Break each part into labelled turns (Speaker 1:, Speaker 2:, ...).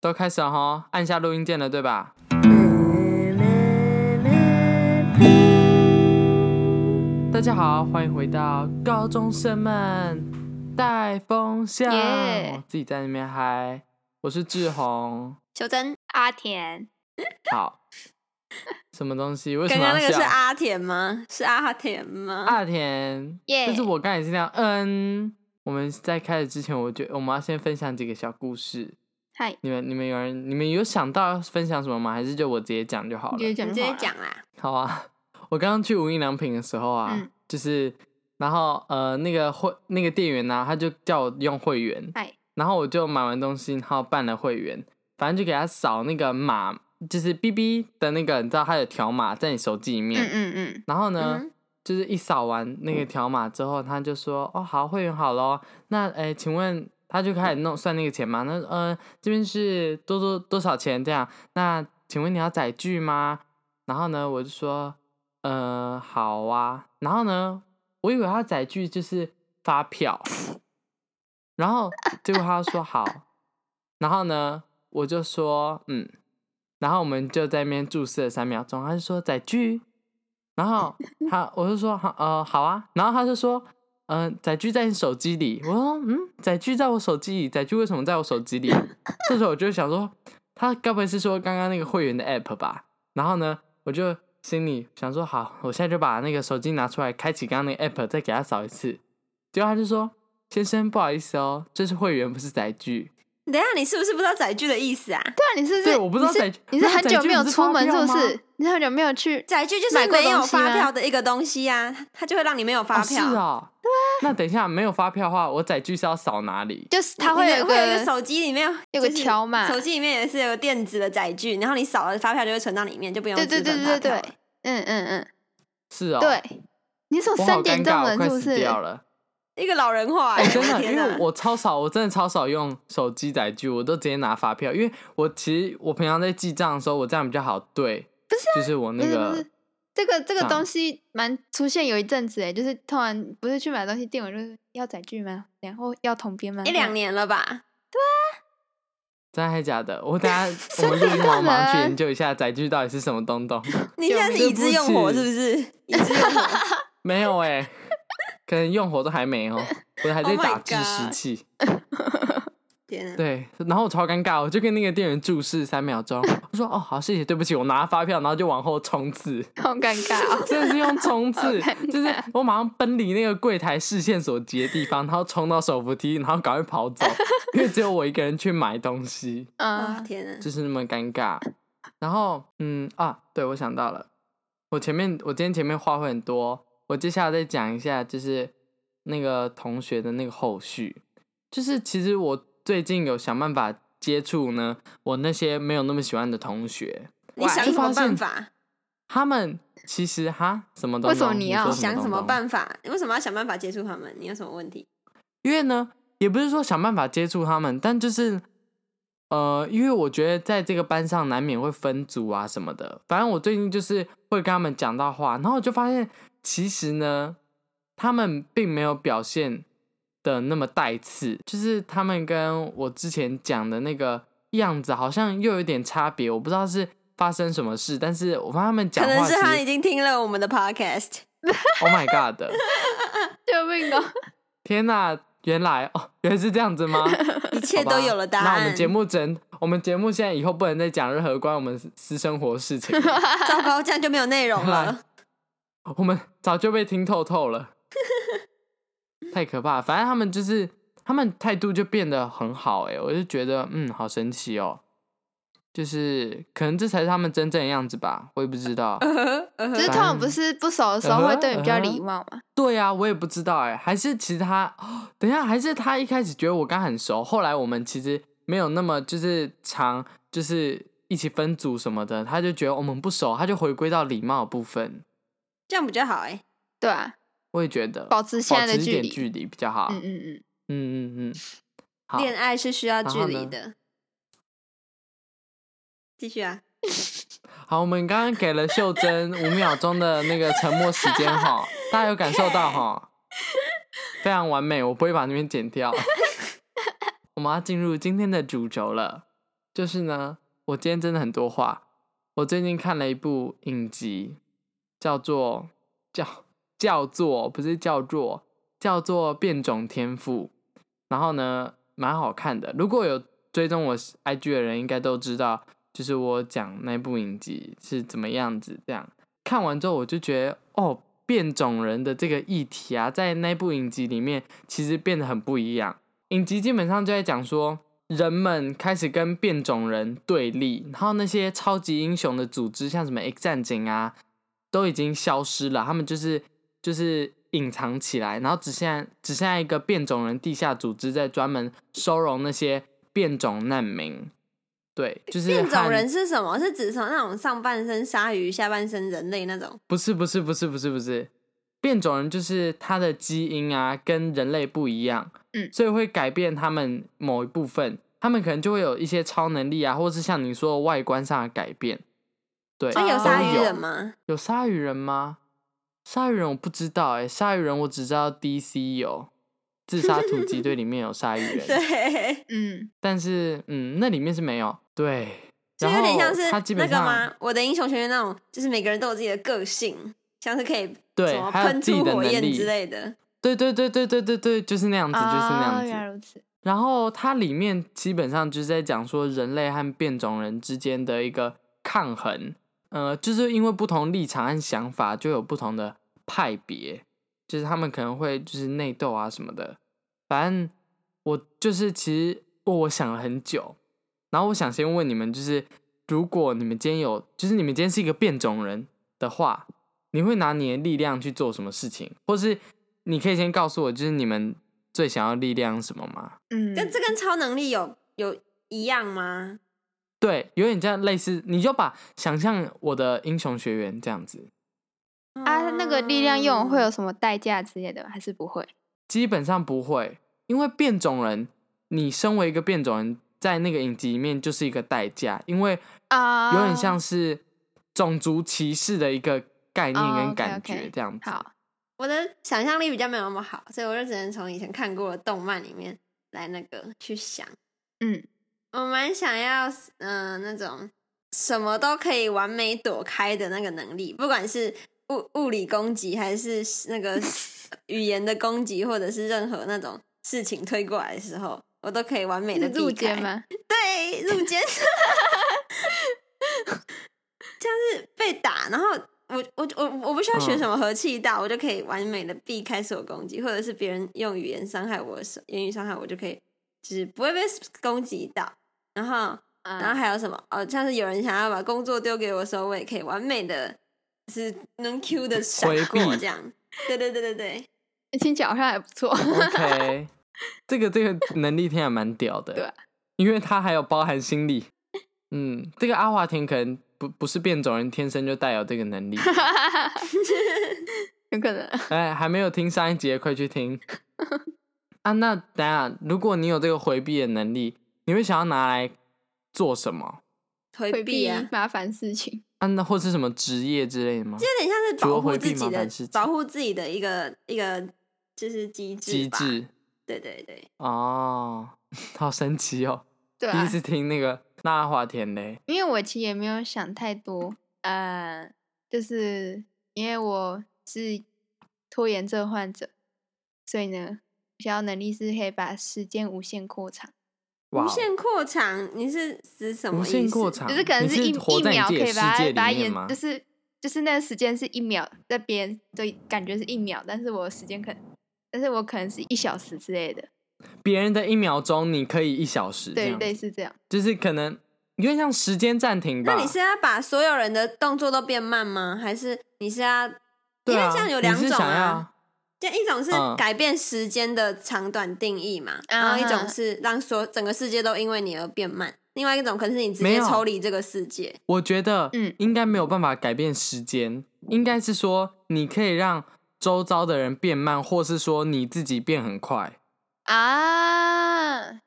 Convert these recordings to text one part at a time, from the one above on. Speaker 1: 都开始了哈，按下录音键了，对吧？大家好，欢迎回到高中生们带风向
Speaker 2: Yeah
Speaker 1: 我自己在那边嗨，我是志宏。
Speaker 2: 秀珍、阿田，
Speaker 1: 好，什么东西？为什
Speaker 3: 刚
Speaker 1: 么要
Speaker 3: 刚那个是
Speaker 1: 笑
Speaker 3: 阿田吗？是阿田吗？
Speaker 1: 阿田，啊
Speaker 2: 耶
Speaker 1: 就是我刚才也是那样。嗯，我们在开始之前，我觉我们要先分享几个小故事。
Speaker 2: 嗨，
Speaker 1: 你们、你们有人、你们有想到要分享什么吗？还是就我直接讲就好了？
Speaker 2: 讲
Speaker 3: 你直接讲啦。
Speaker 1: 好啊， 我刚刚去无印良品的时候啊，
Speaker 2: 嗯
Speaker 1: 就是然后呃那个会那个店员呢、他就叫我用会员，
Speaker 2: 嗨，
Speaker 1: 然后我就买完东西，然后办了会员，反正就给他扫那个码，就是 B B 的那个，你知道它有条码在你手机里面，
Speaker 2: 嗯嗯嗯，
Speaker 1: 然后呢。
Speaker 3: 嗯哼嗯
Speaker 1: 就是一扫完那个条码之后，他就说：“哦，好，会员好咯。那诶，请问他就开始弄算那个钱嘛？那呃，这边是多多多少钱这样？那请问你要载具吗？然后呢，我就说：呃，好啊。然后呢，我以为他载具就是发票，然后结果他就说好，然后呢，我就说嗯，然后我们就在那边注视了三秒钟，他就说载具，然后他我就说好呃好啊，然后他就说嗯、呃、载具在你手机里，我说嗯载具在我手机里，载具为什么在我手机里？这时候我就想说他该不会是说刚刚那个会员的 app 吧？然后呢，我就心里想说好，我现在就把那个手机拿出来，开启刚刚那个 app，再给他扫一次。结果啊他就说：“先生，不好意思哦，这是会员，不是载具。
Speaker 3: 等一下，你是不是不知道载具的意思啊？
Speaker 2: 对啊，你是不是？
Speaker 1: 对我不知道
Speaker 2: 你是
Speaker 1: 载具
Speaker 2: 你是
Speaker 1: 那
Speaker 2: 很
Speaker 1: 载
Speaker 2: 久
Speaker 1: 具
Speaker 2: 没有
Speaker 1: 不是
Speaker 2: 出
Speaker 1: 发
Speaker 2: 门，
Speaker 1: 票
Speaker 2: 是不
Speaker 1: 吗
Speaker 2: 是？你是很久没有去？
Speaker 3: 载具就是
Speaker 2: 买过
Speaker 3: 没有
Speaker 2: 东西吗
Speaker 3: 发票的一个东西啊，它就会让你没有发
Speaker 1: 哦是
Speaker 3: 票。
Speaker 1: 哦，
Speaker 2: 啊
Speaker 1: 那等一下没有发票的话，我载具是要扫哪里？
Speaker 2: 就是
Speaker 3: 你
Speaker 2: 它会
Speaker 3: 你
Speaker 2: 一
Speaker 3: 会有一
Speaker 2: 个
Speaker 3: 个手机里面有
Speaker 2: 有个
Speaker 3: 就是
Speaker 2: 条码
Speaker 3: 手机里面也是有电子的载具，然后你扫了发票就会存到里面，就不用
Speaker 2: 对对
Speaker 3: 纸本
Speaker 2: 对
Speaker 3: 发
Speaker 2: 对
Speaker 3: 票
Speaker 2: 对
Speaker 3: 了，
Speaker 2: 嗯嗯嗯，
Speaker 1: 是哦，，
Speaker 2: 对。你手
Speaker 1: 我
Speaker 2: 三
Speaker 1: 好
Speaker 2: 点
Speaker 1: 尴
Speaker 2: 钟
Speaker 1: 尬，我
Speaker 2: 了，
Speaker 1: 快
Speaker 2: 是不
Speaker 1: 死
Speaker 2: 是？
Speaker 1: 掉了。
Speaker 3: 一个老人话、
Speaker 1: 哎、
Speaker 3: 欸，
Speaker 1: 真
Speaker 3: 我
Speaker 1: 的，因
Speaker 3: 天
Speaker 1: 为
Speaker 3: 哪！
Speaker 1: 我超少，我真的超少用手机载具，我都直接拿发票，因为我其实我平常在记账的时候，我这样比较好对，不是、就是我那
Speaker 2: 不是啊不
Speaker 1: 个
Speaker 2: 是，这个这个
Speaker 1: 账
Speaker 2: 东西蛮出现有一阵子哎，就是突然不是去买东西，店员就是要载具吗？然后要统编吗？
Speaker 3: 一两年了吧？
Speaker 1: 真的还假的？我 等下我们录
Speaker 2: 真的
Speaker 1: 音完，我马上去
Speaker 2: 人
Speaker 1: 研究一下载具到底是什么东东。
Speaker 3: 你现在是已知用火是不是？已知用火，
Speaker 1: 没有哎、可能用火都还没哦，我还在
Speaker 3: Oh my
Speaker 1: 打制食
Speaker 3: God
Speaker 1: 器。
Speaker 3: 天哪！
Speaker 1: 对，然后我超尴尬，我就跟那个店员注视三秒钟，我说：“哦，好，谢谢，对不起，我拿了发票，然后就往后冲刺，。
Speaker 2: 好尴尬 哦
Speaker 1: 真的是用冲
Speaker 2: 好
Speaker 1: 刺
Speaker 2: 尴，尬
Speaker 1: 就是我马上奔离那个柜台视线所及的地方，然后冲到手扶梯，然后赶快跑走，因为只有我一个人去买东西，
Speaker 3: 啊
Speaker 2: 嗯，
Speaker 3: 天哪！
Speaker 1: 就是那么尴尬。然后，嗯啊，对我想到了，我前面我今天前面话会很多，我接下来再讲一下，就是那个同学的那个后续。就是其实我最近有想办法接触呢，我那些没有那么喜欢的同学，
Speaker 3: 你想
Speaker 1: 就
Speaker 3: 什
Speaker 1: 发
Speaker 3: 么
Speaker 1: 现
Speaker 3: 办法？
Speaker 1: 他们其实哈什么东
Speaker 2: 为
Speaker 1: 西？
Speaker 2: 什么你要
Speaker 1: 说
Speaker 3: 想什
Speaker 1: 东
Speaker 3: 么
Speaker 1: 东？
Speaker 3: 办法？你为什么要想办法接触他们？你有什么问题？
Speaker 1: 因为呢，也不是说想办法接触他们，但就是呃，因为我觉得在这个班上难免会分组啊什么的。反正我最近就是会跟他们讲到话，然后我就发现其实呢，他们并没有表现的那么带刺，就是他们跟我之前讲的那个样子好像又有点差别，我不知道是。发生什么事？但是我发现他们讲
Speaker 3: 可
Speaker 1: 话，
Speaker 3: 能
Speaker 1: 其
Speaker 3: 是
Speaker 1: 实
Speaker 3: 他已经听了我们的 podcast，
Speaker 1: Oh my God 的，
Speaker 2: 救 命哦！
Speaker 1: 天哪！原来哦，原来是这样子吗？
Speaker 3: 一切
Speaker 1: 好
Speaker 3: 都
Speaker 1: 吧
Speaker 3: 有了答
Speaker 1: 那我们
Speaker 3: 案。
Speaker 1: 节目整，我们节目现在以后不能再讲任何关于我们私私生活的事情了，
Speaker 3: 糟糕，这样就没有内 容了。
Speaker 1: 我们早就被听透透 了，太可怕了。反正他们就是他们态度就变得很好、欸，我就觉得嗯，好神奇哦。就是可能这才是他们真正的样子吧，我也不知道。
Speaker 2: 就是通常不是不熟的时
Speaker 1: 嗯
Speaker 2: 候会对你比较礼貌嘛？
Speaker 1: 对呀、我也不知道哎、还是其实他，等一下，还是他一开始觉得我刚很熟，后来我们其实没有那么就是常就是一起分组什么的，他就觉得我们不熟，他就回归到礼貌的部分。
Speaker 3: 这样比较好哎。
Speaker 2: 对啊，
Speaker 1: 我也觉得
Speaker 2: 保持现在的
Speaker 1: 保持一
Speaker 2: 距
Speaker 1: 点
Speaker 2: 离
Speaker 1: 距离比较好。
Speaker 2: 嗯
Speaker 1: 嗯
Speaker 2: 嗯嗯，
Speaker 1: 嗯嗯， 好，
Speaker 3: 恋爱是需要距离
Speaker 1: 然
Speaker 3: 的。继续啊，
Speaker 1: 好，我们刚刚给了秀珍五秒钟的那个沉默时间哈，大家有感受到哈？非常 完美，我不会把那边剪掉。我们要进入今天的主轴了。就是呢，我今天真的很多话。我最近看了一部影集，叫做叫叫做不是叫做叫做变种天赋，然后呢，蛮好看的。如果有追踪我 IG 的人，应该都知道，就是我讲那部影集是怎么样子。这样看完之后，我就觉得哦，变种人的这个议题啊，在那部影集里面其实变得很不一样。影集基本上就在讲说，人们开始跟变种人对立，然后那些超级英雄的组织，像什么 X 战警啊，都已经消失了，他们就是就是隐藏起来，然后只剩下只剩下一个变种人地下组织在专门收容那些变种难民。对，就是
Speaker 3: 变种
Speaker 1: 和
Speaker 3: 人是什么？是指什么那种上半身鲨鱼、下半身人类那种？
Speaker 1: 不是不是不是不是不是，变种人就是他的基因啊跟人类不一样，
Speaker 2: 嗯
Speaker 1: 所以会改变他们某一部分，他们可能就会有一些超能力啊，或是像你说的外观上的改变。对，
Speaker 3: 哦所以有
Speaker 1: 都
Speaker 3: 鲨鱼
Speaker 1: 有
Speaker 3: 人吗？
Speaker 1: 有鲨鱼人吗？鲨鱼人我不知道哎、鲨鱼人我只知道 DC 有《自杀突击队》里面有鲨鱼人，
Speaker 3: 对，
Speaker 2: 嗯，
Speaker 1: 但是嗯，那里面是没有。对，
Speaker 3: 就
Speaker 1: 然
Speaker 3: 有
Speaker 1: 后
Speaker 3: 点像
Speaker 1: 他基
Speaker 3: 是那
Speaker 1: 本
Speaker 3: 个
Speaker 1: 上
Speaker 3: 吗？我的英雄学院那种，就是每个人都有自己的个性，像是可以什
Speaker 1: 对，
Speaker 3: 么
Speaker 1: 还有
Speaker 3: 喷
Speaker 1: 自己
Speaker 3: 出
Speaker 1: 的
Speaker 3: 火
Speaker 1: 能
Speaker 3: 焰
Speaker 1: 力
Speaker 3: 之类的。
Speaker 1: 对对对对对对对，就是那样子，就是那样
Speaker 2: 哦，
Speaker 1: 子
Speaker 2: 原。来如此，
Speaker 1: 然后它里面基本上就是在讲说人类和变种人之间的一个抗衡，呃，就是因为不同立场和想法就有不同的派别，就是他们可能会就是内斗啊什么的。反正我就是其实我我想了很久，然后我想先问你们，就是如果你们今天有，就是你们今天是一个变种人的话，你会拿你的力量去做什么事情，或是你可以先告诉我，就是你们最想要力量是什么吗？
Speaker 2: 嗯，
Speaker 3: 跟这跟超能力有有一样吗？
Speaker 1: 对，有点这样类似，你就把想象我的英雄学员这样子，
Speaker 2: 啊，那个力量用会
Speaker 3: 嗯
Speaker 2: 有什么代价之类的吗，还是不会？
Speaker 1: 基本上不会，因为变种人，你身为一个变种人，在那个影集里面就是一个代价，因为
Speaker 2: 啊，
Speaker 1: 有点像是种族歧视的一个概念
Speaker 2: 哦
Speaker 1: 跟
Speaker 2: ，OK，
Speaker 1: 感
Speaker 2: OK，
Speaker 1: 觉这样子。
Speaker 2: 好，
Speaker 3: 我的想象力比较没有那么好，所以我就只能从以前看过的动漫里面来那个去想。
Speaker 2: 嗯，
Speaker 3: 我蛮想要，嗯、那种什么都可以完美躲开的那个能力，不管是物物理攻击，还是那个语言的攻击，或者是任何那种事情推过来的时候，我都可以完美的
Speaker 2: 是
Speaker 3: 避
Speaker 2: 入
Speaker 3: 开。
Speaker 2: 监？吗？
Speaker 3: 对，入监。 就是被打，然后我我我我不需要学
Speaker 1: 嗯
Speaker 3: 什么和气道，我就可以完美的避开所有攻击，或者是别人用语言伤害我的时候，言语伤害我就可以，就是不会被攻击到。然后然后
Speaker 2: 啊，
Speaker 3: 还有什么？哦，像是有人想要把工作丢给我的时候，我也可以完美的，就是能 Q 的闪
Speaker 1: 回避
Speaker 3: 过这样。对对对对对，
Speaker 2: 听起来好像还不错，
Speaker 1: OK，这个这个能力听起来蛮屌的，
Speaker 2: 对啊
Speaker 1: 因为它还有包含心理。嗯，这个阿华田可能不不是变种人，天生就带有这个 能力。
Speaker 2: 有可能。
Speaker 1: 哎，还没有听上一集的，快去听。 啊，那等一下，如果你有这个回避的能力，你会想要拿来做什么？
Speaker 3: 回
Speaker 2: 回
Speaker 3: 避
Speaker 2: 避
Speaker 3: 啊，
Speaker 2: 麻烦事情。
Speaker 1: 啊，那或是什么职业之类的吗？
Speaker 3: 有点像是
Speaker 1: 除了
Speaker 3: 保护
Speaker 1: 回避
Speaker 3: 自己
Speaker 1: 麻
Speaker 3: 的
Speaker 1: 烦事情
Speaker 3: 保护自己的一个一个就是机制
Speaker 1: 机
Speaker 3: 吧
Speaker 1: 制
Speaker 3: 对对对，
Speaker 1: 哦， 好神奇哦！
Speaker 2: 对
Speaker 1: 第一
Speaker 2: 啊，
Speaker 1: 次听那个那阿华田嘞，
Speaker 2: 因为我其实也没有想太多，呃，就是因为我是拖延症患者，所以呢，比较能力是可以把时间无限扩长，
Speaker 1: 哇
Speaker 3: 无
Speaker 1: 哦，
Speaker 3: 限扩长，你是指什么
Speaker 1: 无
Speaker 3: 意思？
Speaker 1: 限扩长，
Speaker 2: 就是可能
Speaker 1: 你
Speaker 2: 一
Speaker 1: 活
Speaker 2: 一
Speaker 1: 在你
Speaker 2: 秒
Speaker 1: 自
Speaker 2: 可
Speaker 1: 己的
Speaker 2: 以
Speaker 1: 世
Speaker 2: 把
Speaker 1: 界
Speaker 2: 它把它
Speaker 1: 里面
Speaker 2: 延
Speaker 1: 吗，？
Speaker 2: 就是就是那个时间是一秒，在别人对感觉是一秒，但是我时间可能，但是我可能是一小时之类的，
Speaker 1: 别人的一秒钟，你可以一小时，这
Speaker 2: 对，
Speaker 1: 样
Speaker 2: 类
Speaker 1: 子，
Speaker 2: 似这样。
Speaker 1: 就是可能有点像时间暂停吧。
Speaker 3: 那你是要把所有人的动作都变慢吗？还是你是要？
Speaker 1: 对
Speaker 3: 因
Speaker 1: 啊，
Speaker 3: 为这样有两
Speaker 1: 你
Speaker 3: 种
Speaker 1: 是想要
Speaker 3: 啊，就一种是
Speaker 1: 嗯
Speaker 3: 改变时间的长短定义嘛，
Speaker 2: 啊
Speaker 3: 然后一种
Speaker 2: 哈
Speaker 3: 是让所整个世界都因为你而变慢，另外一种可能是你直
Speaker 1: 没
Speaker 3: 接
Speaker 1: 有
Speaker 3: 抽离这个世界。
Speaker 1: 我觉得，嗯
Speaker 2: 嗯，
Speaker 1: 应该没有办法改变时间，应该是说你可以让周遭的人变慢，或是说你自己变很快。
Speaker 2: 啊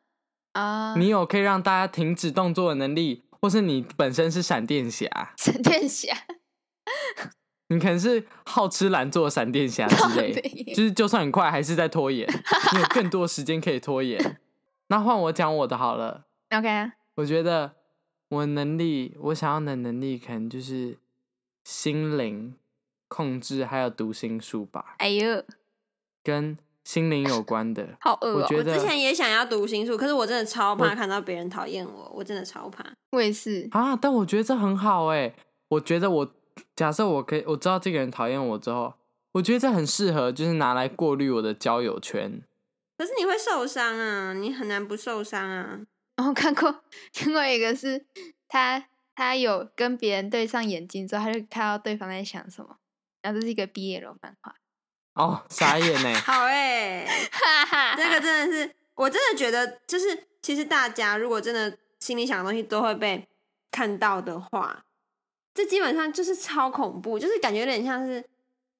Speaker 2: 啊！
Speaker 1: 你有可以让大家停止动作的能力，或是你本身是闪电侠，
Speaker 2: 闪电侠
Speaker 1: 你可能是好吃懒做的闪电侠之类
Speaker 2: 到，底
Speaker 1: 就是就算很快，还是在拖延，你有更多时间可以拖延。那换我讲我的好了，
Speaker 2: ，OK 啊，
Speaker 1: 我觉得我能力，我想要的能力可能就是心灵控制，还有读心术吧，
Speaker 2: 哎呦，。
Speaker 1: 跟心灵有关的
Speaker 2: 好饿
Speaker 1: 我
Speaker 2: 哦！
Speaker 1: 觉
Speaker 3: 我
Speaker 1: 得嗯
Speaker 3: 之前也想要读心术，可是我真的超怕看到别人讨厌我，我真的超怕。
Speaker 2: 我也是，
Speaker 1: 啊，但我觉得这很好哎、我觉得我假设我可以，我知道这个人讨厌我之后，我觉得这很适合，就是拿来过滤我的交友圈。
Speaker 3: 可是你会受伤啊，你很难不受伤啊。
Speaker 2: 然后看过看过一个是他他有跟别人对上眼睛之后，他就看到对方在想什么，然后这是一个 BL 漫画，
Speaker 1: 哦，傻眼呢、
Speaker 3: 好哎、
Speaker 2: 哈哈，
Speaker 3: 这个真的是，我真的觉得，就是其实大家如果真的心里想的东西都会被看到的话，这基本上就是超恐怖，就是感觉有点像是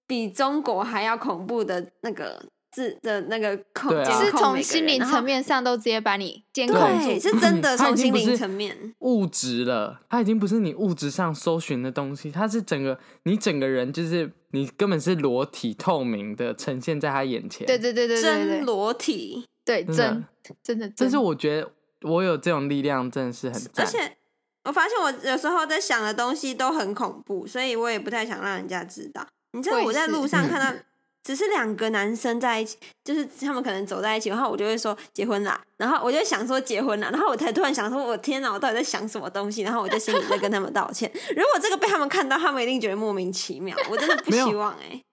Speaker 3: 比中国还要恐怖的那个自的那个控
Speaker 1: 对啊
Speaker 3: 监控
Speaker 2: 是从
Speaker 3: 每个
Speaker 2: 心
Speaker 3: 人
Speaker 2: 灵
Speaker 3: 然后
Speaker 2: 层面上都直接把你监控
Speaker 3: 对，
Speaker 2: 住，
Speaker 3: 是 真的
Speaker 1: 它
Speaker 3: 从
Speaker 1: 已经
Speaker 3: 心
Speaker 1: 不
Speaker 3: 灵
Speaker 1: 是
Speaker 3: 层面。
Speaker 1: 物质了，它已经不是你物质上搜寻的东西，它是整个你整个人就是你根本是裸体透明的呈现在他眼前。
Speaker 2: 对对对对对
Speaker 3: 真
Speaker 2: 对
Speaker 3: 裸体，
Speaker 2: 对，
Speaker 1: 真的
Speaker 2: 真真的，
Speaker 1: 嗯但
Speaker 2: 真
Speaker 1: 是我觉得我有这种力量，真的是很
Speaker 3: 而
Speaker 1: 赞。
Speaker 3: 且我发现我有时候在想的东西都很恐怖，所以我也不太想让人家知道。你知道
Speaker 2: 我也
Speaker 3: 我在
Speaker 2: 是嗯
Speaker 3: 路上看到， 只是两个男生在一起，就是他们可能走在一起，然后我就会说结婚啦，然后我就想说结婚啦，然后我才突然想说，我天哪，我到底在想什么东西？然后我就心里在跟他们道歉。如果这个被他们看到，他们一定觉得莫名其妙。我真的不
Speaker 1: 没有
Speaker 3: 希望哎、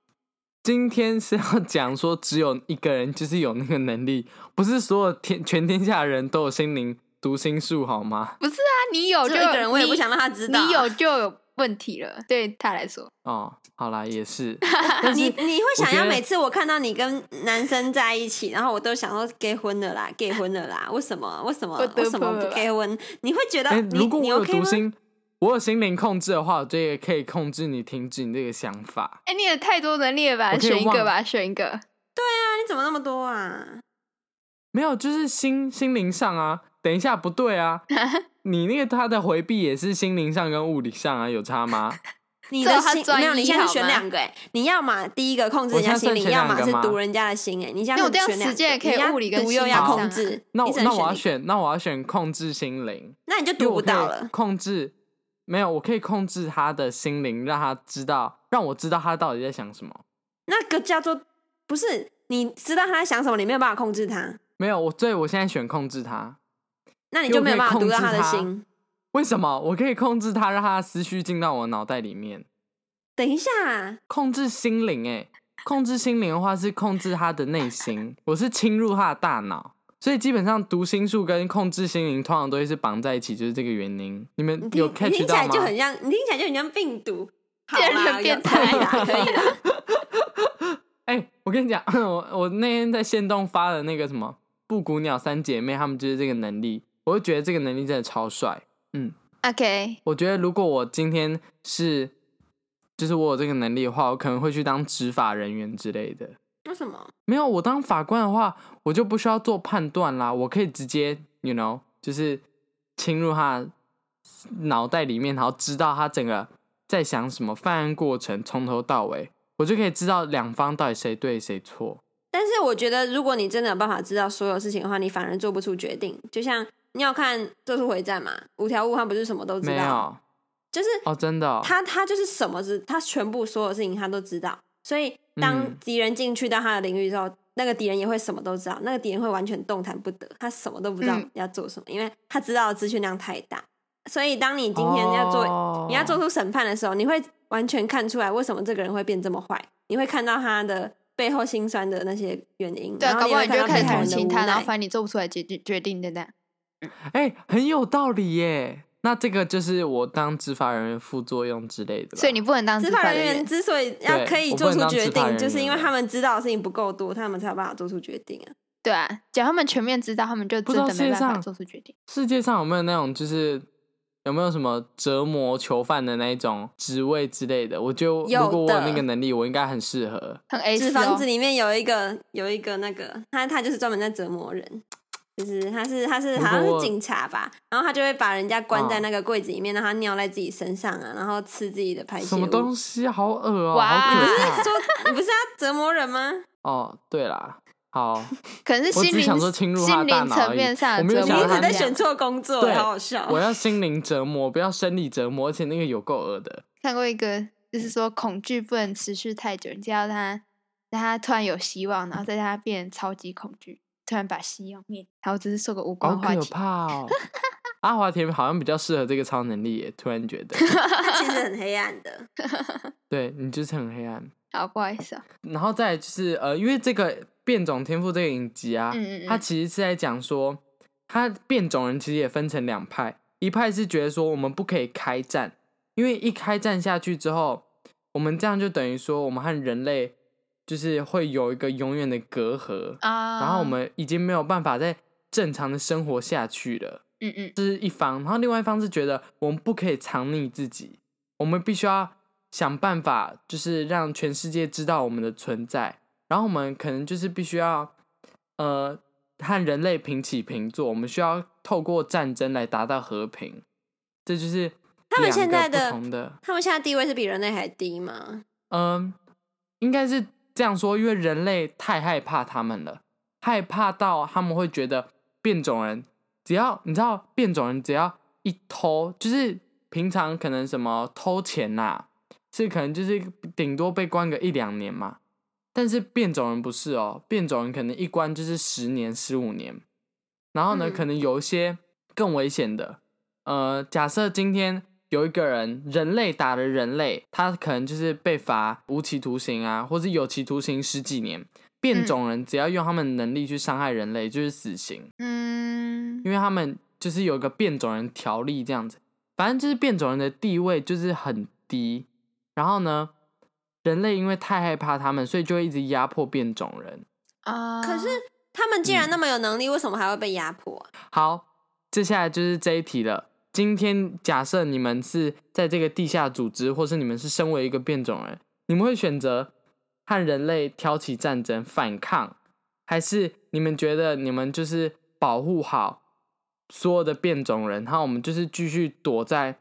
Speaker 1: 今天是要讲说，只有一个人就是有那个能力，不是所有天全天下人都有心灵读心术好吗？
Speaker 2: 不是啊，你有
Speaker 3: 只
Speaker 2: 就
Speaker 3: 有一个人，我也不
Speaker 2: 你
Speaker 3: 想让他知道。啊
Speaker 2: 你有就有问题了，对他来说，
Speaker 1: 哦，好啦，也 是。
Speaker 3: 啊你你会想
Speaker 1: 我觉
Speaker 3: 要
Speaker 1: 得
Speaker 3: 每次我看到你跟男生在一起，然后我都想说结婚了啦，结婚了啦，为什么为什么
Speaker 2: 我得
Speaker 3: 为什么
Speaker 2: 不
Speaker 3: 不
Speaker 2: 了
Speaker 3: 结婚？你会觉得
Speaker 1: 哎、
Speaker 3: 你
Speaker 1: 如果我
Speaker 3: 你
Speaker 1: 有
Speaker 3: OK
Speaker 1: 读
Speaker 3: 吗？
Speaker 1: 心，我有心灵控制的话，我就也可以控制你停止你这个想法。
Speaker 2: 哎，你也太多能力了吧？
Speaker 1: 我可以
Speaker 2: 选一个
Speaker 1: 忘
Speaker 2: 吧，选一个。
Speaker 3: 啊你怎么那么多啊？
Speaker 1: 没有，就是心心灵上啊。等一下，不对 啊，你那个他的回避也是心灵上跟物理上啊，有差吗？
Speaker 3: 你
Speaker 2: 最
Speaker 3: 的
Speaker 2: 好他
Speaker 3: 心
Speaker 2: 专
Speaker 3: 没有，
Speaker 2: 一
Speaker 3: 你现在是选
Speaker 2: 好吗
Speaker 3: 两个哎、你要嘛第一个控制
Speaker 1: 我
Speaker 3: 人家
Speaker 1: 现在算
Speaker 3: 心灵，
Speaker 1: 选
Speaker 3: 要
Speaker 1: 两
Speaker 3: 嘛
Speaker 1: 个
Speaker 3: 是
Speaker 1: 吗
Speaker 3: 读人家的心哎、你这样
Speaker 2: 那我这样
Speaker 3: 选两
Speaker 2: 时间也
Speaker 3: 个
Speaker 2: 可以
Speaker 3: 你要
Speaker 2: 物理跟
Speaker 3: 读
Speaker 2: 心
Speaker 3: 又
Speaker 2: 理
Speaker 3: 要
Speaker 1: 上
Speaker 3: 控
Speaker 2: 啊
Speaker 3: 制，
Speaker 1: 那
Speaker 3: 你
Speaker 1: 我
Speaker 3: 只能
Speaker 1: 那我要
Speaker 3: 一个，
Speaker 1: 选，那我要选控制心灵，
Speaker 3: 那你就
Speaker 1: 因为
Speaker 3: 读
Speaker 1: 我可
Speaker 3: 不到
Speaker 1: 以
Speaker 3: 了。
Speaker 1: 控制，没有，我可以控制他的心灵，让他知道，让我知道他到底在想什么。
Speaker 3: 那个叫做不是你知道他在想什么，你没有办法控制他，
Speaker 1: 没有，我所以我现在选控制他。
Speaker 3: 那你
Speaker 1: 因为
Speaker 3: 就
Speaker 1: 我
Speaker 3: 没有
Speaker 1: 可以
Speaker 3: 办法读
Speaker 1: 控
Speaker 3: 到
Speaker 1: 制
Speaker 3: 他的
Speaker 1: 他
Speaker 3: 心。
Speaker 1: 为什么？我可以控制他，让他的思绪进到我脑袋里面。
Speaker 3: 等一下，
Speaker 1: 控制心灵，哎，控制心灵的话是控制他的内心，我是侵入他的大脑，所以基本上读心术跟控制心灵通常都会是绑在一起，就是这个原因。你们
Speaker 3: 你听
Speaker 1: 有
Speaker 3: 你听
Speaker 1: catch
Speaker 3: 起
Speaker 1: 到
Speaker 3: 来就
Speaker 1: 吗？
Speaker 3: 很像，你听起来就很像病毒，好
Speaker 2: 这
Speaker 3: 啦
Speaker 2: 人
Speaker 3: 有
Speaker 2: 变
Speaker 3: 可以
Speaker 1: 啊
Speaker 2: 态
Speaker 3: 啦，可以啦。
Speaker 1: 哎、我跟你讲， 我我那天在线东发的那个什么布谷鸟三姐妹，她们就是这个能力，我就觉得这个能力真的超帅。
Speaker 2: OK，
Speaker 1: 我觉得如果我今天是，就是我有这个能力的话，我可能会去当执法人员之类的。
Speaker 3: 为什么？
Speaker 1: 没有，我当法官的话，我就不需要做判断啦，我可以直接，you know，就是侵入他脑袋里面，然后知道他整个在想什么，犯案过程从头到尾，我就可以知道两方到底谁对谁错。
Speaker 3: 但是我觉得，如果你真的有办法知道所有事情的话，你反而做不出决定。就像你要看《咒术回战》嘛，五条悟他不是什么都知
Speaker 1: 没
Speaker 3: 道，
Speaker 1: 有
Speaker 3: 就是
Speaker 1: 哦，真的、哦，
Speaker 3: 他他就是什么知，他全部所有事情他都知道。所以当
Speaker 1: 嗯
Speaker 3: 敌人进去到他的领域之后，那个敌人也会什么都知道，那个敌人会完全动弹不得，他什么都不知道
Speaker 2: 嗯
Speaker 3: 要做什么，因为他知道的资讯量太大。所以当你今天要做
Speaker 1: 哦
Speaker 3: 你要做出审判的时候，你会完全看出来为什么这个人会变这么坏，你会看到他的背后心酸的那些原因，
Speaker 2: 对啊，
Speaker 3: 然
Speaker 2: 搞
Speaker 3: 后
Speaker 2: 不好
Speaker 3: 也
Speaker 2: 你
Speaker 3: 会
Speaker 2: 就
Speaker 3: 看到每个
Speaker 2: 开始同
Speaker 3: 人的
Speaker 2: 情
Speaker 3: 无
Speaker 2: 他，然后
Speaker 3: 奈
Speaker 2: 反。正你做不出来决决决定的那样。
Speaker 1: 哎、很有道理耶。那这个就是我当执法人员副作用之类的吧。
Speaker 2: 所以你不能当
Speaker 3: 执
Speaker 2: 执
Speaker 3: 法
Speaker 2: 法
Speaker 3: 人
Speaker 2: 人
Speaker 3: 员
Speaker 2: 员。
Speaker 3: 之所以要
Speaker 1: 对
Speaker 3: 可以
Speaker 1: 我
Speaker 3: 做
Speaker 1: 不
Speaker 3: 出
Speaker 1: 能当
Speaker 3: 决
Speaker 1: 执法人
Speaker 3: 定，
Speaker 1: 员
Speaker 3: 就是因为
Speaker 1: 了
Speaker 3: 他们知道的事情不够多，他们才有办法做出决定啊。
Speaker 2: 对啊，只要他们全面知道，他们就
Speaker 1: 不
Speaker 2: 真
Speaker 1: 知道
Speaker 2: 的没
Speaker 1: 世界
Speaker 2: 办法
Speaker 1: 上
Speaker 2: 做出决定。
Speaker 1: 世界上有没有那种就是有没有什么折磨囚犯的那一种职位之类的？我就
Speaker 3: 有
Speaker 1: 如果我有
Speaker 3: 的
Speaker 1: 那个能力，我应该很适合。
Speaker 2: 很 A
Speaker 3: 纸
Speaker 2: 四
Speaker 3: 房
Speaker 2: 哦
Speaker 3: 子，里面有一个有一个那个，他他就是专门在折磨人，就是他是他是
Speaker 1: 如果
Speaker 3: 好像
Speaker 1: 我
Speaker 3: 是警察吧，然后他就会把人家关在
Speaker 1: 哦
Speaker 3: 那个柜子里面，让他尿在自己身上啊，然后吃自己的排泄
Speaker 1: 什
Speaker 3: 物。
Speaker 1: 么东西好恶哦、
Speaker 2: 哎哇
Speaker 1: 好可
Speaker 3: 不是
Speaker 1: 怕
Speaker 3: 说你不是要折磨人吗？
Speaker 1: 哦！对啦，好，
Speaker 2: 可能是
Speaker 1: 我
Speaker 2: 心
Speaker 1: 只
Speaker 2: 灵
Speaker 1: 想说侵入他
Speaker 2: 心
Speaker 1: 的大
Speaker 2: 灵
Speaker 1: 脑
Speaker 2: 层
Speaker 1: 而已
Speaker 2: 面上，的啊
Speaker 1: 我没有
Speaker 2: 折
Speaker 3: 你
Speaker 1: 想到
Speaker 3: 一
Speaker 2: 磨
Speaker 1: 他
Speaker 3: 直
Speaker 2: 这
Speaker 3: 在
Speaker 2: 样
Speaker 3: 选错工作，
Speaker 1: 对
Speaker 3: 好好笑。
Speaker 1: 我要心灵折磨，不要生理折磨，而且那个有够恶的。
Speaker 2: 看过一个，就是说恐惧不能持续太久，你就要让它让它突然有希望，然后再让它变成超级恐惧，突然把希望灭。然后只是说个无
Speaker 1: 好
Speaker 2: 关话
Speaker 1: 可
Speaker 2: 题，
Speaker 1: 怕哦！阿华田好像比较适合这个超能力耶，突然觉得，
Speaker 3: 其实很黑暗的。
Speaker 1: 对你就是很黑暗。
Speaker 2: 好不好意思啊，
Speaker 1: 然后再来就是呃，因为这个变种天赋这个影集啊，
Speaker 2: 嗯嗯
Speaker 1: 它
Speaker 2: 嗯，
Speaker 1: 其实是在讲说，它变种人其实也分成两派，一派是觉得说我们不可以开战，因为一开战下去之后，我们这样就等于说我们和人类就是会有一个永远的隔阂，
Speaker 2: 啊，
Speaker 1: 然后我们已经没有办法再正常的生活下去了。
Speaker 2: 嗯嗯
Speaker 1: 这是一方，然后另外一方是觉得我们不可以藏匿自己，我们必须要想办法，就是让全世界知道我们的存在。然后我们可能就是必须要，呃，和人类平起平坐，我们需要透过战争来达到和平。这就是
Speaker 3: 他
Speaker 1: 两
Speaker 3: 们
Speaker 1: 个
Speaker 3: 现在
Speaker 1: 不
Speaker 3: 的
Speaker 1: 同的，
Speaker 3: 他们现在地位是比人类还低吗？
Speaker 1: 嗯，应该是这样说，因为人类太害怕他们了，害怕到他们会觉得变种人只要你知道变种人只要一偷，就是平常可能什么偷钱呐、是可能就是顶多被关个一两年嘛。但是变种人不是哦，变种人可能一关就是十年、十五年。然后呢，
Speaker 3: 嗯
Speaker 1: 可能有一些更危险的，呃，假设今天有一个人人类打了人类，他可能就是被罚无期徒刑啊，或是有期徒刑十几年。变
Speaker 2: 嗯
Speaker 1: 种人只要用他们能力去伤害人类，就是死刑。
Speaker 2: 嗯，
Speaker 1: 因为他们就是有一个变种人条例这样子，反正就是变种人的地位就是很低。然后呢，人类因为太害怕他们，所以就会一直压迫变种人。
Speaker 2: 啊，
Speaker 3: 可是他们既然那么有能力，为什么还会被压迫啊？
Speaker 1: 好，接下来就是这一题了。今天假设你们是在这个地下组织，或是你们是身为一个变种人，你们会选择和人类挑起战争反抗，还是你们觉得你们就是保护好所有的变种人，然后我们就是继续躲在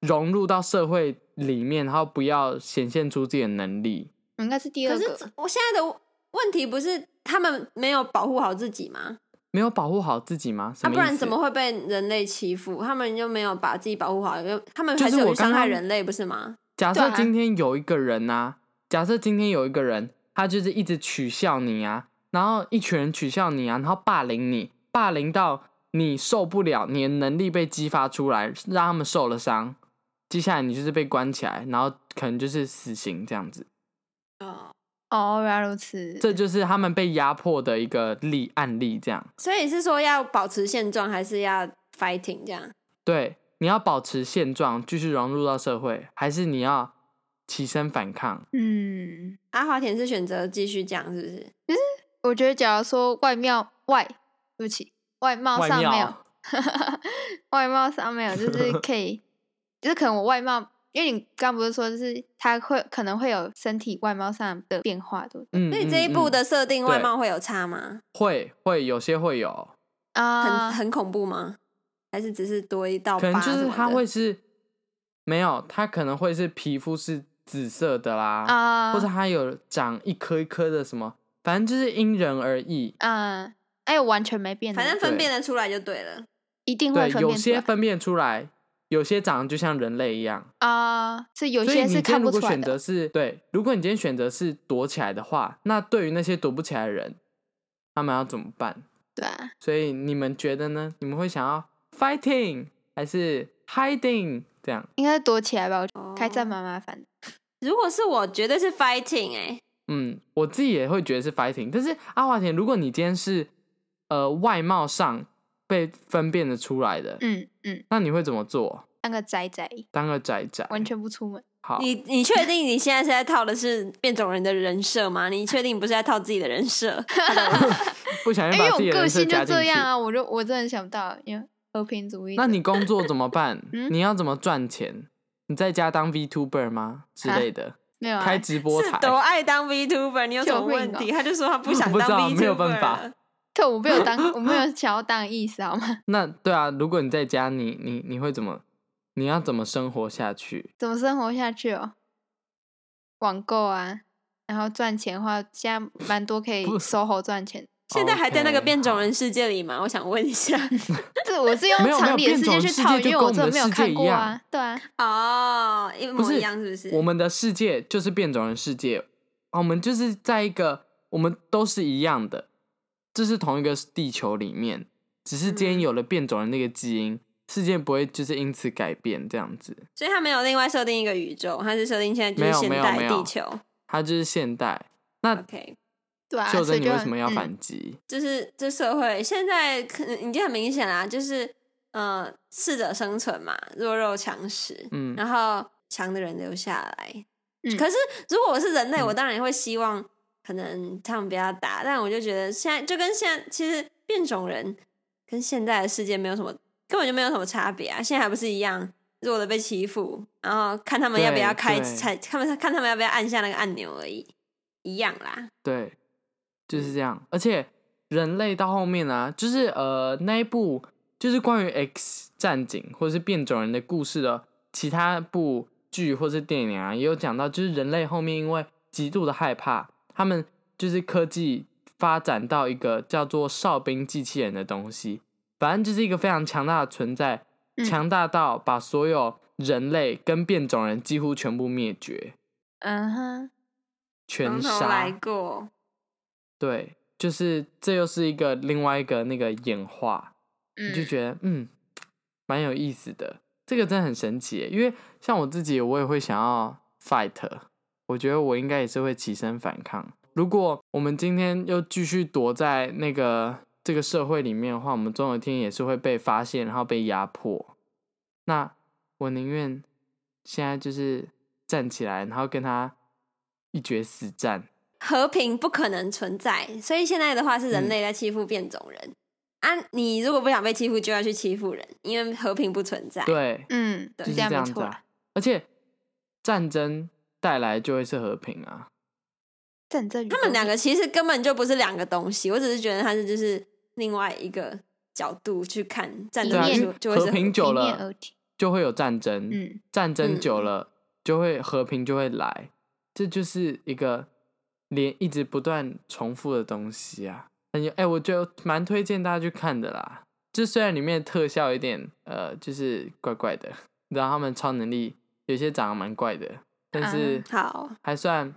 Speaker 1: 融入到社会里面，然后不要显现出自己的能力？
Speaker 2: 我嗯应该是第
Speaker 3: 可
Speaker 2: 二
Speaker 3: 是
Speaker 2: 个
Speaker 3: 这，我现在的问题不是他们没有保护好自己吗？
Speaker 1: 没有保护好自己吗？什
Speaker 3: 啊，
Speaker 1: 么
Speaker 3: 不
Speaker 1: 意思
Speaker 3: 然怎么会被人类欺负？他们又没有把自己保护好，又他们
Speaker 1: 就是
Speaker 3: 还是有
Speaker 1: 我
Speaker 3: 去伤
Speaker 1: 刚
Speaker 3: 害
Speaker 1: 刚
Speaker 3: 人类，不是吗？
Speaker 1: 假
Speaker 2: 对
Speaker 1: 设
Speaker 2: 啊
Speaker 1: 今天有一个人呐、假设今天有一个人，他就是一直取笑你啊，然后一群人取笑你啊，然后霸凌你，霸凌到你受不了，你的能力被激发出来，让他们受了伤，接下来你就是被关起来，然后可能就是死刑这样子，
Speaker 3: 哦，
Speaker 2: 哦，原来如此，
Speaker 1: 这就是他们被压迫的一个例案例，这样
Speaker 3: 所以是说要保持现状，还是要 fighting 这样？
Speaker 1: 对，你要保持现状，继续融入到社会，还是你要起身反抗？
Speaker 2: 嗯。
Speaker 3: 阿华田是选择继续讲，是不是？
Speaker 2: 我觉得，假如说外貌外，对不起，外貌
Speaker 1: 外
Speaker 2: 上没有
Speaker 1: 貌，
Speaker 2: 外貌上没有，就是 可以，就是可能我外貌，因为你刚不是说，就是他会可能会有身体外貌上的变化，对不对？
Speaker 1: 嗯，
Speaker 3: 所以这一
Speaker 1: 嗯
Speaker 3: 步
Speaker 1: 嗯
Speaker 3: 的设定
Speaker 1: 对
Speaker 3: 外貌会有差吗？
Speaker 1: 会会有些会有。
Speaker 2: 啊、
Speaker 3: 很很恐怖吗？还是只是多一道疤
Speaker 1: 可
Speaker 3: 什
Speaker 1: 能
Speaker 3: 么的？
Speaker 1: 就是它会是没有，它可能会是皮肤是紫色的啦，
Speaker 2: 啊，
Speaker 1: 或者它有长一颗一颗的什么，反正就是因人而异。
Speaker 2: 嗯，哎，完全没变的，
Speaker 3: 反正分
Speaker 1: 对
Speaker 3: 辨得出来就对了。
Speaker 2: 一定会
Speaker 1: 对，
Speaker 2: 分
Speaker 1: 有
Speaker 2: 辨出
Speaker 1: 些
Speaker 2: 来
Speaker 1: 分辨出来，有些长得就像人类一样，
Speaker 2: 啊、是有
Speaker 1: 所以
Speaker 2: 些
Speaker 1: 你
Speaker 2: 是
Speaker 1: 今天
Speaker 2: 看
Speaker 1: 如
Speaker 2: 不
Speaker 1: 果
Speaker 2: 出来
Speaker 1: 选
Speaker 2: 的
Speaker 1: 择是对，如果你今天选择是躲起来的话，那对于那些躲不起来的人，他们要怎么办？
Speaker 2: 对啊，
Speaker 1: 所以你们觉得呢？你们会想要 fighting 还是 hiding 这样？
Speaker 2: 应该躲起来吧，我觉得开战
Speaker 3: 哦
Speaker 2: 蛮麻烦的，
Speaker 3: 如果是我，绝对是 fighting 哎、
Speaker 1: 嗯，我自己也会觉得是 fighting，但是阿华田，如果你今天是呃外貌上被分辨的出来的，
Speaker 2: 嗯嗯，
Speaker 1: 那你会怎么做？
Speaker 2: 当个宅宅，
Speaker 1: 当个宅宅？
Speaker 2: 完全不出门，
Speaker 1: 好，
Speaker 3: 你你确定你现在是在套的是变种人的人设吗？你确定不是在套自己的人 设？
Speaker 1: 不小心
Speaker 2: 哎因为
Speaker 3: 哎
Speaker 1: 把
Speaker 2: 我
Speaker 1: 自己的
Speaker 2: 个
Speaker 1: 人设
Speaker 2: 性就
Speaker 1: 加进
Speaker 2: 这
Speaker 1: 去。
Speaker 3: 哦
Speaker 2: 样啊，我就我真的想不到，因为和平主义者。
Speaker 1: 那你工作怎么 办？
Speaker 2: 嗯
Speaker 1: 你要怎么赚钱？你在家当 VTuber 吗之类的？
Speaker 2: 没有啊？
Speaker 1: 开直播
Speaker 3: 是
Speaker 1: 台？
Speaker 3: 多爱当 VTuber？你有什么问
Speaker 2: 救哦
Speaker 3: 题？他就说他不 想
Speaker 1: 不
Speaker 3: 当
Speaker 1: 知道
Speaker 3: VTuber，
Speaker 1: 没有办法
Speaker 3: 了
Speaker 2: 对，我没有 当，我没有想要当的意思，好吗？
Speaker 1: 那对啊，如果你在家，你你你会怎么？你要怎么生活下去？
Speaker 2: 怎么生活下去哦？网购啊，然后赚钱的话，现在蛮多可以
Speaker 1: 不
Speaker 2: 收猴赚钱。
Speaker 3: 现在还在那个
Speaker 1: OK，
Speaker 3: 变种
Speaker 1: 好
Speaker 3: 人世界里吗？我想问一 下。
Speaker 2: 这我是用
Speaker 1: 没有没有
Speaker 2: 常理的
Speaker 1: 变
Speaker 2: 世界
Speaker 1: 种
Speaker 2: 去
Speaker 1: 世界
Speaker 2: 套，
Speaker 1: 就
Speaker 2: 因为
Speaker 1: 跟我
Speaker 2: 真的
Speaker 1: 们
Speaker 2: 没
Speaker 1: 的
Speaker 2: 有
Speaker 1: 世界
Speaker 2: 看
Speaker 1: 一
Speaker 2: 过
Speaker 1: 样
Speaker 2: 啊。对啊，
Speaker 3: 哦，一模一样是不是？
Speaker 1: 我们的世界就是变种人世界，啊我们就是在一个我们都是一样的，这是同一个地球里面，只是今天
Speaker 3: 嗯
Speaker 1: 有了变种人那个基因，世界不会就是因此改变这样子，
Speaker 3: 所以他没有另外设定一个宇宙，他是设定现在
Speaker 1: 没
Speaker 3: 就
Speaker 1: 有
Speaker 3: 是现
Speaker 1: 没有没
Speaker 3: 代
Speaker 1: 有
Speaker 3: 地球。
Speaker 1: 它就是现代。那
Speaker 3: OK，
Speaker 2: 对啊，
Speaker 1: 秀
Speaker 2: 所
Speaker 1: 珍，
Speaker 2: 以
Speaker 1: 你
Speaker 2: 就
Speaker 1: 为
Speaker 2: 很
Speaker 1: 什么要
Speaker 2: 嗯
Speaker 1: 反击？
Speaker 3: 就是这社会现在可能已经很明显啦，就是呃，适者生存嘛，弱肉强食，
Speaker 1: 嗯
Speaker 3: 然后强的人留下来。
Speaker 2: 嗯
Speaker 3: 可是如果我是人类，
Speaker 1: 嗯
Speaker 3: 我当然也会希望可能他们不要打，但我就觉得现在就跟现在其实变种人跟现在的世界没有什么，根本就没有什么差别啊，现在还不是一样。弱的被欺负，然后看他们要不要
Speaker 1: 对
Speaker 3: 开，
Speaker 1: 对
Speaker 3: 才他们看他们要不要按下那个按钮而已，一样啦。
Speaker 1: 对，就是这样。而且人类到后面啊，就是呃那一部就是关于 X 战警或者是变种人的故事的其他部剧或是电影啊，也有讲到，就是人类后面因为极度的害怕，他们就是科技发展到一个叫做哨兵机器人的东西，反正就是一个非常强大的存在，
Speaker 2: 嗯
Speaker 1: 强大到把所有人类跟变种人几乎全部灭绝，
Speaker 2: 嗯哼，
Speaker 1: 全
Speaker 3: 从头
Speaker 1: 杀。
Speaker 3: 来过，
Speaker 1: 对，就是这又是一个另外一个那个演化，你就
Speaker 2: 嗯
Speaker 1: 觉得嗯，蛮有意思的。这个真的很神奇耶，因为像我自己，我也会想要 fight，我觉得我应该也是会起身反抗。如果我们今天又继续躲在那个这个社会里面的话，我们总有一天也是会被发现，然后被压迫。那我宁愿现在就是站起来，然后跟他一决死战。
Speaker 3: 和平不可能存在，所以现在的话是人类在欺负变种人、啊。你如果不想被欺负，就要去欺负人，因为和平不存在。
Speaker 1: 对，
Speaker 2: 嗯，
Speaker 3: 对
Speaker 1: 就是
Speaker 2: 这样没
Speaker 1: 样子、
Speaker 2: 错啦
Speaker 1: 啊。。而且战争带来就会是和平啊，
Speaker 2: 战争与
Speaker 3: 他
Speaker 2: 和
Speaker 3: 们两
Speaker 2: 平
Speaker 3: 个其实根本就不是两个东西，我只是觉得它是就是另外一个角度去看战
Speaker 1: 对
Speaker 3: 争
Speaker 1: 啊，
Speaker 2: 一面
Speaker 1: 因
Speaker 3: 就
Speaker 1: 为
Speaker 3: 就会是
Speaker 1: 和平久
Speaker 2: 一面而
Speaker 1: 了
Speaker 2: 体
Speaker 1: 就会有战争，
Speaker 2: 嗯
Speaker 1: 战争
Speaker 3: 嗯
Speaker 1: 久了就会和平就会来，这就是一个连一直不断重复的东西啊。很有哎、我觉得蛮推荐大家去看的啦。就虽然里面的特效有点呃，就是怪怪的，然后他们超能力有些长得蛮怪的，但是
Speaker 3: 好。
Speaker 1: 还算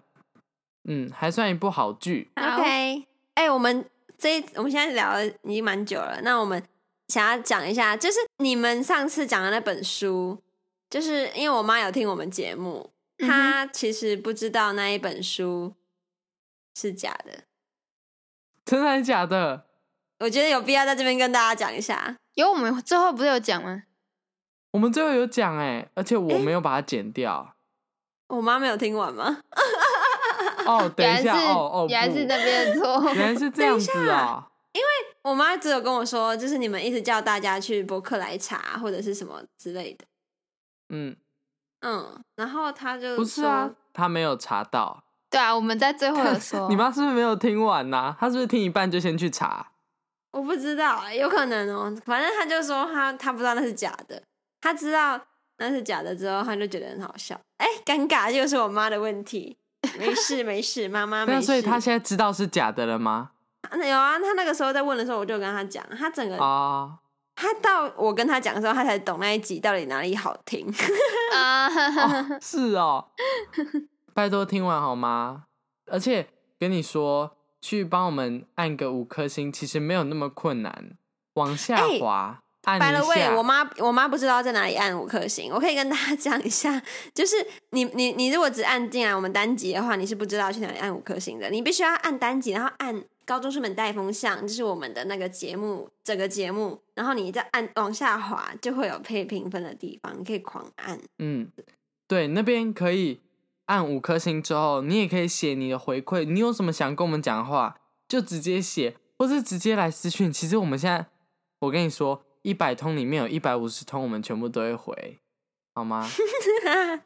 Speaker 1: 嗯还算一部好剧。
Speaker 2: 好
Speaker 3: OK，哎、我们这一我们现在聊了已经蛮久了，那我们想要讲一下，就是你们上次讲的那本书，就是因为我妈有听我们节目，
Speaker 2: 嗯哼
Speaker 3: 她其实不知道那一本书是假的，
Speaker 1: 真的还是假的？
Speaker 3: 我觉得有必要在这边跟大家讲一下。
Speaker 2: 有我们最后不是有讲吗？
Speaker 1: 我们最后有讲哎、而且我
Speaker 3: 诶
Speaker 1: 没有把它剪掉。
Speaker 3: 我妈没有听完吗？
Speaker 1: 哦，等
Speaker 2: 原来
Speaker 1: 一下，
Speaker 2: 是
Speaker 1: 哦哦，
Speaker 2: 原来是
Speaker 1: 不
Speaker 2: 那边的错 误。
Speaker 1: 原来是这样子啊、
Speaker 3: 我妈只有跟我说，就是你们一直叫大家去博客来查或者是什么之类的，
Speaker 1: 嗯，
Speaker 3: 嗯，然后她就
Speaker 1: 不是啊
Speaker 3: 说，，
Speaker 1: 他没有查到。
Speaker 2: 对啊，我们在最后有 说，
Speaker 1: 你妈是不是没有听完呐、她是不是听一半就先去查？
Speaker 3: 我不知道、欸，有可能哦、反正他就说他他不知道那是假的，他知道那是假的之后，他就觉得很好笑。哎、尴尬就是我妈的问题。没事没事，妈妈没
Speaker 1: 那
Speaker 3: 事。
Speaker 1: 所以她现在知道是假的了吗？
Speaker 3: 有啊，他那个时候在问的时候，我就有跟他讲，他整个、
Speaker 1: 啊、
Speaker 3: 他到我跟他讲的时候，他才懂那一集到底哪里好听。
Speaker 2: 啊，
Speaker 1: 哦，是哦，拜托听完好吗？而且跟你说，去帮我们按个五颗星，其实没有那么困难，往下
Speaker 3: 诶
Speaker 1: 滑、按一
Speaker 3: 白
Speaker 1: 下。
Speaker 3: 了喂，我妈我妈不知道在哪里按五颗星，我可以跟大家讲一下，就是你你你如果只按进来我们单集的话，你是不知道去哪里按五颗星的，你必须要按单集，然后按高中生们带风向，就是我们的那个节目整个节目，然后你再按往下滑，就会有配评分的地方，你可以狂按。
Speaker 1: 嗯，对，那边可以按五颗星之后，你也可以写你的回馈，你有什么想跟我们讲的话，就直接写，或是直接来私讯。其实我们现在，我跟你说，一百通里面有一百五十通，我们全部都会回，好吗？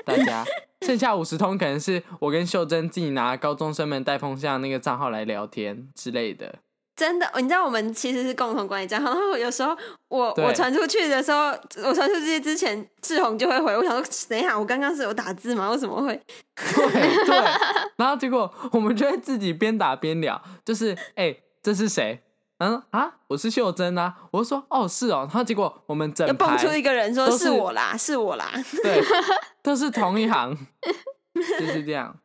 Speaker 1: 大家，剩下五十通可能是我跟秀珍自己拿高中生们带风向那个账号来聊天之类的。
Speaker 3: 真的，你知道我们其实是共同管理账号，然后有时候我
Speaker 1: 对
Speaker 3: 我传出去的时候，我传出去之前，志宏就会回，我想说，等一下，我刚刚是有打字吗？为什么会？
Speaker 1: 对 对，然后结果我们就会自己边打边聊，就是哎、这是谁？然后啊，我是秀珍啊，我就说哦是哦，然后结果我们整
Speaker 3: 又蹦
Speaker 1: 排
Speaker 3: 出一个人说
Speaker 1: 都
Speaker 3: 是
Speaker 1: 是
Speaker 3: 我啦，是我啦，
Speaker 1: 对，都是同一行，就是这样。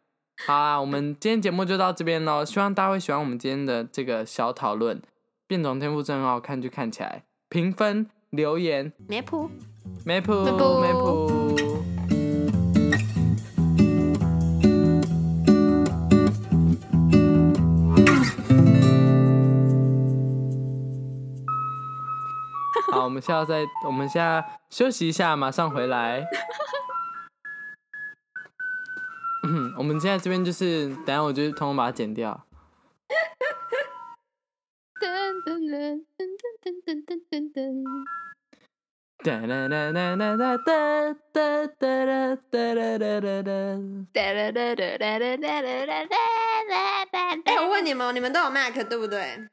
Speaker 1: 好啦，我们今天节目就到这边喽，希望大家会喜欢我们今天的这个小讨论。变种天赋真的很好看，就看起来评分、留言、
Speaker 3: 没谱。
Speaker 1: 梅普
Speaker 2: 梅普
Speaker 1: 梅普。好，我们现在再，我们现在休息一下，马上回来。嗯，我们现在这边就是，等一下我就通通把它剪掉。
Speaker 2: 噔噔噔噔噔噔噔噔噔。
Speaker 1: 哒啦啦啦啦啦哒哒哒啦哒啦啦啦啦。
Speaker 2: 哒啦啦啦啦啦啦啦啦啦啦
Speaker 3: 哎、我问你们哦，你们都有 Mac 对不对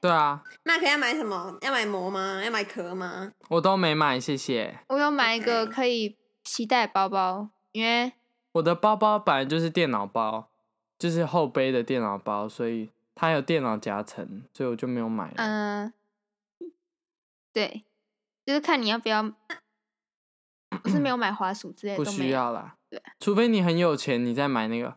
Speaker 1: 对啊，
Speaker 3: ？Mac 要买什么？要买膜吗？要买壳吗？
Speaker 1: 我都没买，谢谢。
Speaker 2: 我有买一个可以携带包包，因为
Speaker 1: 我的包包本来就是电脑包，就是后背的电脑包，所以它有电脑夹层，所以我就没有买了。
Speaker 2: 嗯、对，就是看你要不要，我是没有买滑鼠之类的，
Speaker 1: 不
Speaker 2: 都没
Speaker 1: 需
Speaker 2: 有。
Speaker 1: 要啦
Speaker 2: 对，
Speaker 1: 除非你很有钱，你再买那个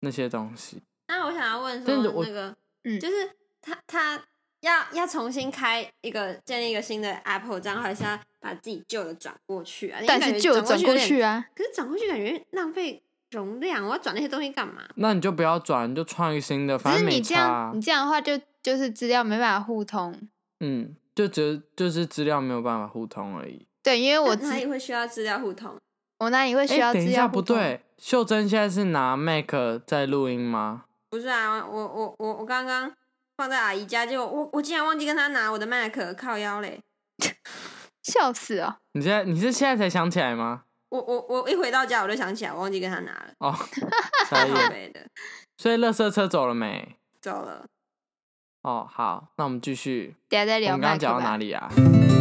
Speaker 1: 那些东西。
Speaker 3: 那我想要问说
Speaker 1: 但是我
Speaker 3: 那个，
Speaker 2: 嗯
Speaker 3: 就是他他要要重新开一个建立一个新的 Apple 账号，还是要把自己旧的转过去啊？因为
Speaker 2: 但
Speaker 3: 感觉
Speaker 2: 是就有
Speaker 3: 转
Speaker 2: 转过
Speaker 3: 有点
Speaker 2: 去啊，
Speaker 3: 可是转过去感觉浪费容量，我要转那些东西干嘛？
Speaker 1: 那你就不要转，你就创一个新的，
Speaker 2: 只
Speaker 1: 反
Speaker 2: 是
Speaker 1: 正
Speaker 2: 你
Speaker 1: 没
Speaker 2: 这
Speaker 1: 差、
Speaker 2: 样
Speaker 1: 啊
Speaker 2: 你。这样的话就就是资料没办法互通。
Speaker 1: 嗯，就只就是资料没有办法互通而已。
Speaker 2: 对，因为我
Speaker 3: 哪里
Speaker 2: 资
Speaker 3: 会需要资料互通？
Speaker 2: 我那里会需
Speaker 1: 哎、
Speaker 2: 要资
Speaker 1: 等一
Speaker 2: 料
Speaker 1: 下，
Speaker 2: 互
Speaker 1: 不
Speaker 2: 通。
Speaker 1: 对，秀珍现在是拿 Mac 在录音吗？
Speaker 3: 不是啊，我我我我刚刚放在阿姨家，结果我我竟然忘记跟她拿我的 Mac，靠腰嘞！
Speaker 2: 笑死哦！
Speaker 1: 你现在你是现在才想起来吗？
Speaker 3: 我我我一回到家我就想起来，我忘记跟她拿了，
Speaker 1: 哦，傻
Speaker 3: 靠
Speaker 1: 眼。
Speaker 3: 背的，
Speaker 1: 所以垃圾车走了没？
Speaker 3: 走了。
Speaker 1: 哦，好，那我们继续。
Speaker 2: 等一下再
Speaker 1: 我
Speaker 2: 聊
Speaker 1: 们刚刚
Speaker 2: Mac
Speaker 1: 讲到哪
Speaker 2: 吧。
Speaker 1: 里啊？